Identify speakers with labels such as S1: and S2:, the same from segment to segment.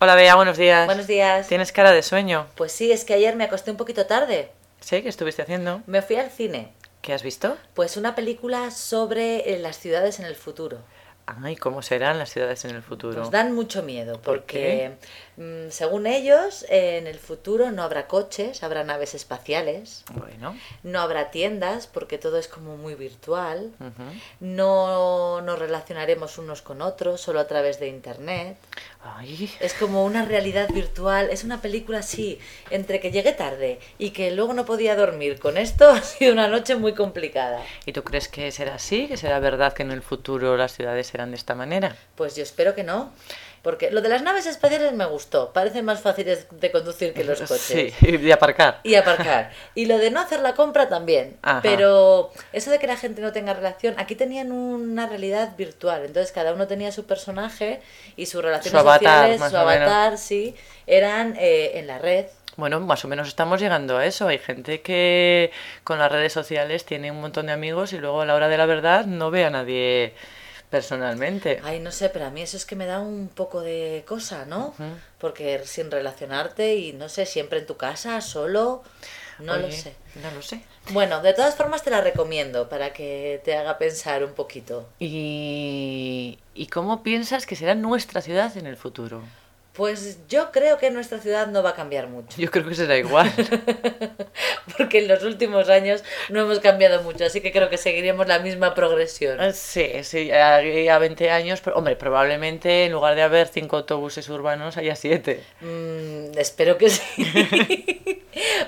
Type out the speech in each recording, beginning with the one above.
S1: Hola Bea, buenos días.
S2: Buenos días.
S1: Tienes cara de sueño.
S2: Pues sí, es que ayer me acosté un poquito tarde.
S1: Sé que estuviste haciendo.
S2: Me fui al cine.
S1: ¿Qué has visto?
S2: Pues una película sobre eh, las ciudades en el futuro.
S1: Ay, ¿cómo serán las ciudades en el futuro?
S2: Nos dan mucho miedo
S1: ¿Por
S2: porque, mm, según ellos, eh, en el futuro no habrá coches, habrá naves espaciales,
S1: Bueno.
S2: no habrá tiendas porque todo es como muy virtual,
S1: ujú.
S2: no nos relacionaremos unos con otros solo a través de Internet.
S1: Ay,
S2: Es como una realidad virtual, es una película así, entre que llegué tarde y que luego no podía dormir con esto, ha sido una noche muy complicada.
S1: ¿y tú crees que será así? ¿Que será verdad que en el futuro las ciudades serán de esta manera?
S2: Pues yo espero que no, porque lo de las naves espaciales me gustó, parecen más fáciles de conducir que los coches.
S1: Sí, y de aparcar.
S2: Y aparcar. Y lo de no hacer la compra también.
S1: Ajá.
S2: Pero eso de que la gente no tenga relación, aquí tenían una realidad virtual. Entonces cada uno tenía su personaje y sus relaciones
S1: avatar,
S2: sociales,
S1: más
S2: su
S1: o menos.
S2: avatar, sí, eran eh, en la red.
S1: Bueno, más o menos estamos llegando a eso. Hay gente que con las redes sociales tiene un montón de amigos y luego a la hora de la verdad no ve a nadie personalmente.
S2: Ay, no sé, pero a mí eso es que me da un poco de cosa, ¿no?
S1: Ujú.
S2: Porque sin relacionarte y no sé, siempre en tu casa, solo, no lo
S1: Oye,
S2: sé.
S1: No lo sé.
S2: Bueno, de todas formas te la recomiendo para que te haga pensar un poquito.
S1: ¿Y, ¿Y cómo piensas que será nuestra ciudad en el futuro?
S2: Pues yo creo que nuestra ciudad no va a cambiar mucho,
S1: Yo creo que será igual.
S2: porque en los últimos años no hemos cambiado mucho, así que creo que seguiremos la misma
S1: Ah.
S2: progresión.
S1: sí, sí, aquí a 20 años, pero, hombre, probablemente en lugar de haber cinco autobuses urbanos haya siete.
S2: Mm, espero que sí.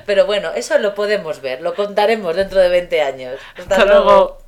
S2: Pero bueno, eso lo podemos ver, lo contaremos dentro de 20 años. Hasta,
S1: Hasta luego.